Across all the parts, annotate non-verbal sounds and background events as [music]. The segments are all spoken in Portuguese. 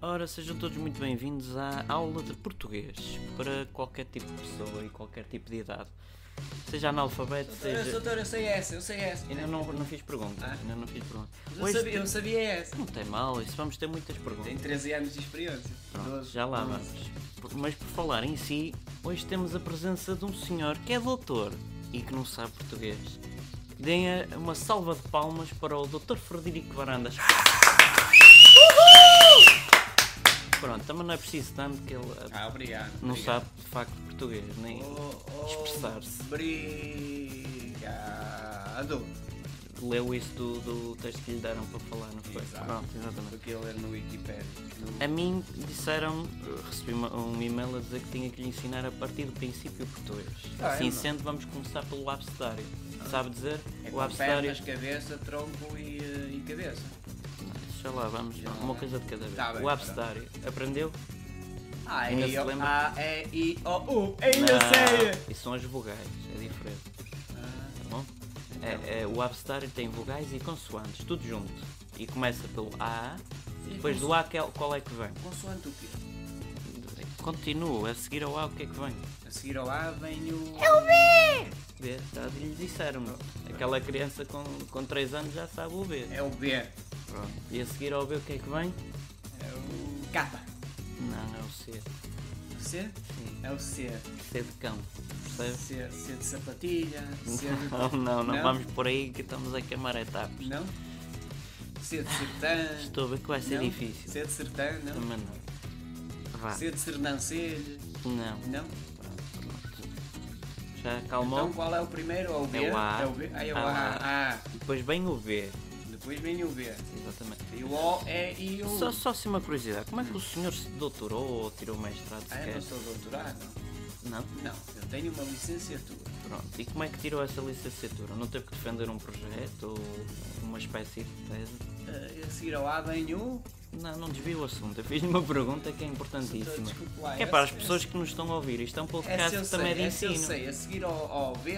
Ora, sejam todos muito bem-vindos à aula de português para qualquer tipo de pessoa e qualquer tipo de idade. Seja analfabeto, Doutor, eu, seja. doutor, eu sei essa, eu sei essa. Ainda não, não fiz pergunta. Ah. Ainda não fiz pergunta. Eu sabia, eu sabia essa. Não tem mal, isso vamos ter muitas Tenho perguntas. 13 anos de experiência. Pronto, 12, já lá 11. vamos. Por- Mas por falar em si, hoje temos a presença de um senhor que é doutor e que não sabe português. Deem a- uma salva de palmas para o Dr. Frederico Varandas. Pronto, também não é preciso tanto que ele ah, Ah, obrigado. não obrigado. sabe de facto português, nem Oh, oh, expressar-se. Obrigado. leu isso do, do texto que lhe deram para falar, não foi? Exato. Pronto, exatamente. Porque ele é no Wikipedia. No... A mim disseram, recebi uma- um e-mail a dizer que tinha que lhe ensinar a partir do princípio português. Ah, é, assim não. sendo, vamos começar pelo abcedário. Sabe dizer? É o com abcedário. pernas, cabeça, tronco e, eh, e cabeça. Sei lá, vamos, Já. uma coisa de cada vez. Tá bem, o abcedário. Aprendeu? A, Ainda E, se Ah, é O, lembra? A, E, I, O, U. Ainda Não, sei! Isso são as vogais, é diferente, Ah, tá bom? Então. É, é, o abcedário tem vogais e consoantes, tudo junto. E começa pelo A, e depois do A que é- qual é que vem? Consoante o quê? Continuo, a seguir ao A o que é que vem? A seguir ao A vem o. É o B! B, tá, lhe disseram Aquela criança com, com 3 anos já sabe o B. É o B. É Pronto. E a seguir ao B o que é que vem? o K. Não, não é o C. C? É o C. C de cão. Percebe? C, C é, de sapatilha, C [laughs] Não, de. não, não, Não? vamos por aí que estamos a queimar etapas. Não? C de sertã. Estou a ver que vai ser não? difícil. C de sertã, não? Também não. Vá. C de sernancelho, Não. não? Pronto, pronto. Já acalmou? Então qual é o primeiro? É o B? É o A. o B? Ah, é o Ah, A. A. Depois vem o B. Depois vem o B. Exatamente. E o O, E e U. Só, só assim uma curiosidade, como é que o senhor se doutorou ou tirou mestrado Ah, eu sequer? não sou doutorado? Não? Não, eu tenho uma licenciatura. Pronto, e como é que tirou essa licenciatura? Não teve que defender um projeto ou uma espécie de tese? Ah, A seguir ao A vem o. Não, não desvio o assunto. Eu fiz-lhe uma pergunta que é importantíssima. Desculpe lá, Que é essa- para as pessoas que nos estão a ouvir. Isto é um Essa podcast eu que também é de sei, essa eu ensino. sei. A seguir ao, ao B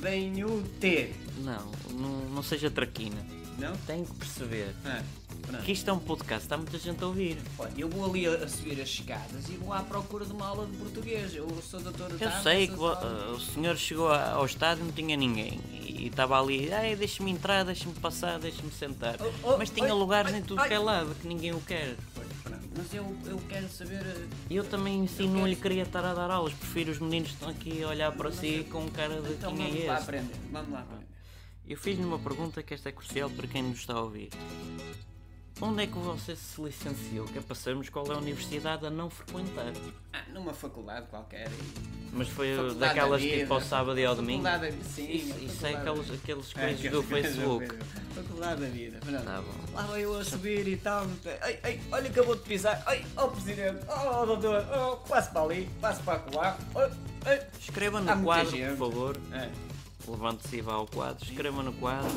vem o T, Não, não, não seja traquina. não? Tenho que perceber Ah, pronto. que isto é um podcast, está muita gente a ouvir. Olha, eu vou ali a, a subir as escadas e vou à procura de uma aula de português. Eu sou doutor Eu sei que vo- ah, o senhor chegou a- ao estádio e não tinha ninguém. E estava ali, ai, deixa-me entrar, deixa-me passar, deixa-me sentar. Oh, oh, Mas tinha oi, lugares oi, em tudo que é oi. lado que ninguém o quer. Mas eu, eu quero saber. eh, E Eu também sim não quero- lhe queria estar a dar aulas, prefiro os meninos que estão aqui a olhar para si com cara de Então quem vamos é lá este. aprender. Vamos lá aprender. Eu fiz-lhe uma pergunta que esta é crucial para quem nos está a ouvir. Onde é que você se licenciou? Que é para sabermos qual é a universidade a não frequentar. Ah, numa faculdade qualquer. e- Mas foi Faculdade daquelas da que tipo ao vida. sábado e ao domingo? Faculdade, sim. Isso, isso é faculdade. aqueles, aqueles Ah, coisas do aquelas coisas do Facebook. Facebook. Faculdade da vida. Pronto. Tá bom. Lá vou eu a subir e tal. Ai, ai, olha, acabou de pisar. Ai, ó, presidente. Ó, doutor. Ó, passo para ali, passo para lá. Escreva Há no muita quadro, gente. É. por favor. Levante-se e vá ao quadro. Escreva no quadro.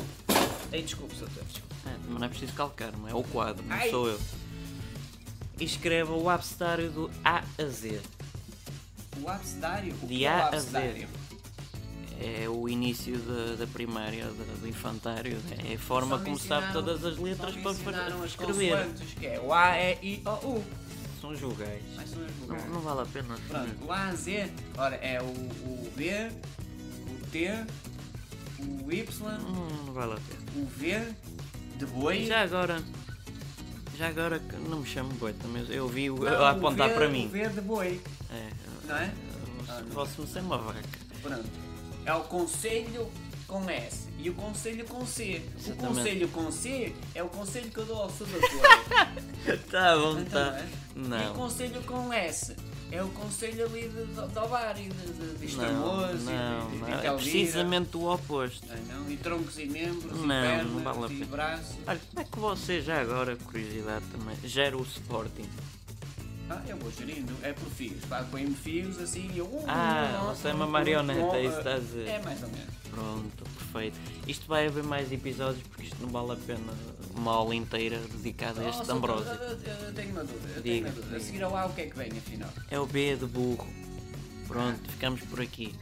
Ei, desculpe, doutor. desculpe. É, mas não é preciso calcar-me, é o quadro, não Ai. sou eu. E escreva o abcedário do A a Z. O abcedário? O De que é A o a abcedário? É o início da, da primária, da- do infantário. É a forma Só me como se sabe ensinaram- todas as letras só me para ensinaram fa- as escrever. consoantes, que é o A, E, I, O, U. São julgais. Mas são as Não, vogais. não vale a pena. Pronto, o A, Z, ora, é o, o B, o T, o Y, Não, não vale a pena. o V, de E boi. já agora. Já agora que não me chamo boi também. Eu vi o, Não, a apontar o V- para O mim. V de boi, É, não é? Ah, eu- não. Posso-me ser é uma vaca. [laughs] Pronto. É o conselho com S e o conselho com C. O Exatamente. conselho com C é o conselho que eu dou ao seu doutor. [laughs] Tá bom, Então, tá. é? E o Não. conselho com S? É o conselho ali de, de, de Ovar e de, de, de Não, Estremoz não, é e de, de, de não. É Calvira. precisamente o oposto. Ah, não, e troncos e membros Não, e não pernas vale a e pena. braços. Olha, como é que você já agora, curiosidade também, gera o Sporting? Ah, eu vou gerindo, é por fios. Pá, põe-me fios assim e eu... uh, Ah, uh, você é uma uh, marioneta, uh, isso está a dizer. É mais ou menos. Pronto, perfeito. Isto vai haver mais episódios porque isto não vale a pena uma aula inteira dedicada a Oh, este só- Ambrósio. Eu, eu- eu tenho uma dúvida, eu tenho Diga, uma dúvida. A diga. seguir ao A o que é que vem afinal? É o B de burro. Pronto, ficamos por aqui.